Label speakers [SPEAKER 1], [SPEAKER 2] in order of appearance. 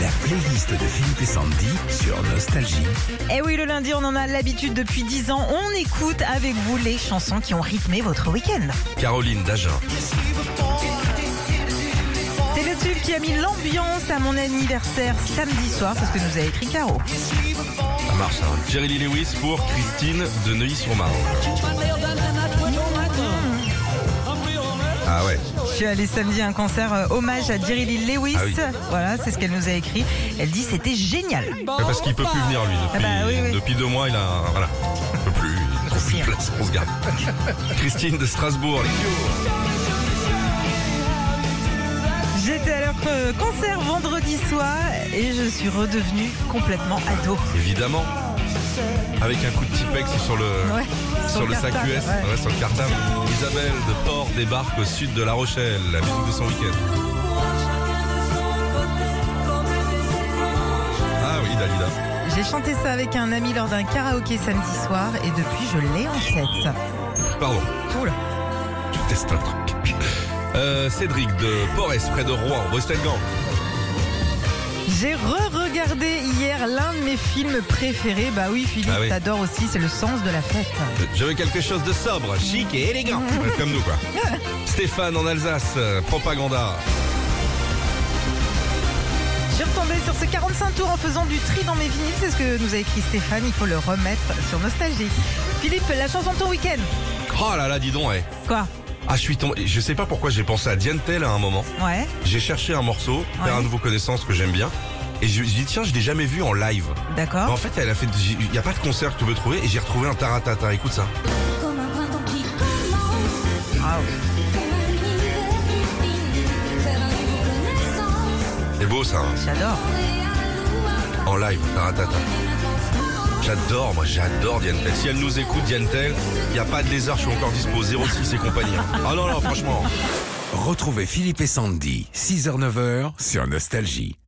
[SPEAKER 1] La playlist de Philippe et Sandy sur Nostalgie.
[SPEAKER 2] Eh oui, le lundi, on en a l'habitude depuis 10 ans. On écoute avec vous les chansons qui ont rythmé votre week-end.
[SPEAKER 1] Caroline Dagen.
[SPEAKER 2] C'est le tube qui a mis l'ambiance à mon anniversaire samedi soir, parce que nous a écrit Caro.
[SPEAKER 1] Ça marche, ça. Jerry Lee Lewis pour Christine de Neuilly-sur-Marne. Ah ouais.
[SPEAKER 2] Je suis allée samedi à un concert euh, hommage à Jerry Lee Lewis.
[SPEAKER 1] Ah oui.
[SPEAKER 2] Voilà, c'est ce qu'elle nous a écrit. Elle dit c'était génial.
[SPEAKER 1] Ouais, Parce qu'il peut plus venir, lui. Depuis,
[SPEAKER 2] Ah bah oui, oui.
[SPEAKER 1] depuis deux mois, il a. Voilà. Il peut plus. Il trouve plus de place. On se garde. Christine de Strasbourg.
[SPEAKER 2] J'étais à leur euh, concert vendredi soir et je suis redevenue complètement ado.
[SPEAKER 1] Évidemment. Avec un coup de Tipex sur le.
[SPEAKER 2] Ouais,
[SPEAKER 1] Sur, le sac
[SPEAKER 2] cartable,
[SPEAKER 1] US,
[SPEAKER 2] ouais.
[SPEAKER 1] ouais, sur le cartable. Isabelle de Port débarque au sud de La Rochelle. La musique de son week-end. Ah oui, Dalida.
[SPEAKER 2] J'ai chanté ça avec un ami lors d'un karaoké samedi soir et depuis je l'ai en tête.
[SPEAKER 1] Pardon.
[SPEAKER 2] Oula.
[SPEAKER 1] Je teste un truc. Euh, Cédric de Porres, près de Rouen, Brusselgan.
[SPEAKER 2] J'ai re-regardé hier l'un de mes films préférés. Bah oui, Philippe,
[SPEAKER 1] Ah oui.
[SPEAKER 2] t'adores aussi, c'est le sens de la fête.
[SPEAKER 1] Je veux quelque chose de sobre, chic et élégant. Comme nous, quoi. Stéphane en Alsace, euh, Propaganda.
[SPEAKER 2] Je suis retombée sur ce 45 tours en faisant du tri dans mes vinyles. C'est ce que nous a écrit Stéphane. Il faut le remettre sur Nostalgie. Philippe, la chanson de ton week-end.
[SPEAKER 1] Oh là là, dis donc, ouais.
[SPEAKER 2] Quoi
[SPEAKER 1] Ah, je suis tombé. Je sais pas pourquoi j'ai pensé à Diane Tell à un moment.
[SPEAKER 2] Ouais.
[SPEAKER 1] J'ai cherché un morceau, faire
[SPEAKER 2] Ouais.
[SPEAKER 1] un nouveau connaissance que j'aime bien. Et je me suis dit, tiens, je l'ai jamais vu en live.
[SPEAKER 2] D'accord.
[SPEAKER 1] En fait, elle a fait. Il n'y a pas de concert que tu peux trouver et j'ai retrouvé un taratata. Écoute ça.
[SPEAKER 3] Comme un printemps qui commence,
[SPEAKER 2] Ah ouais.
[SPEAKER 3] comme un hiver qui finit, faire un nouveau connaissance,
[SPEAKER 1] C'est beau ça, hein.
[SPEAKER 2] J'adore.
[SPEAKER 3] et à nous un
[SPEAKER 1] en live, taratata. J'adore, moi j'adore Diane Tell. Si elle nous écoute, Diane Tell, il n'y a pas de lézard, je suis encore dispo. 06 et compagnie. hein. Ah non, non, franchement.
[SPEAKER 4] Retrouvez Philippe et Sandy, 6h-9h sur Nostalgie.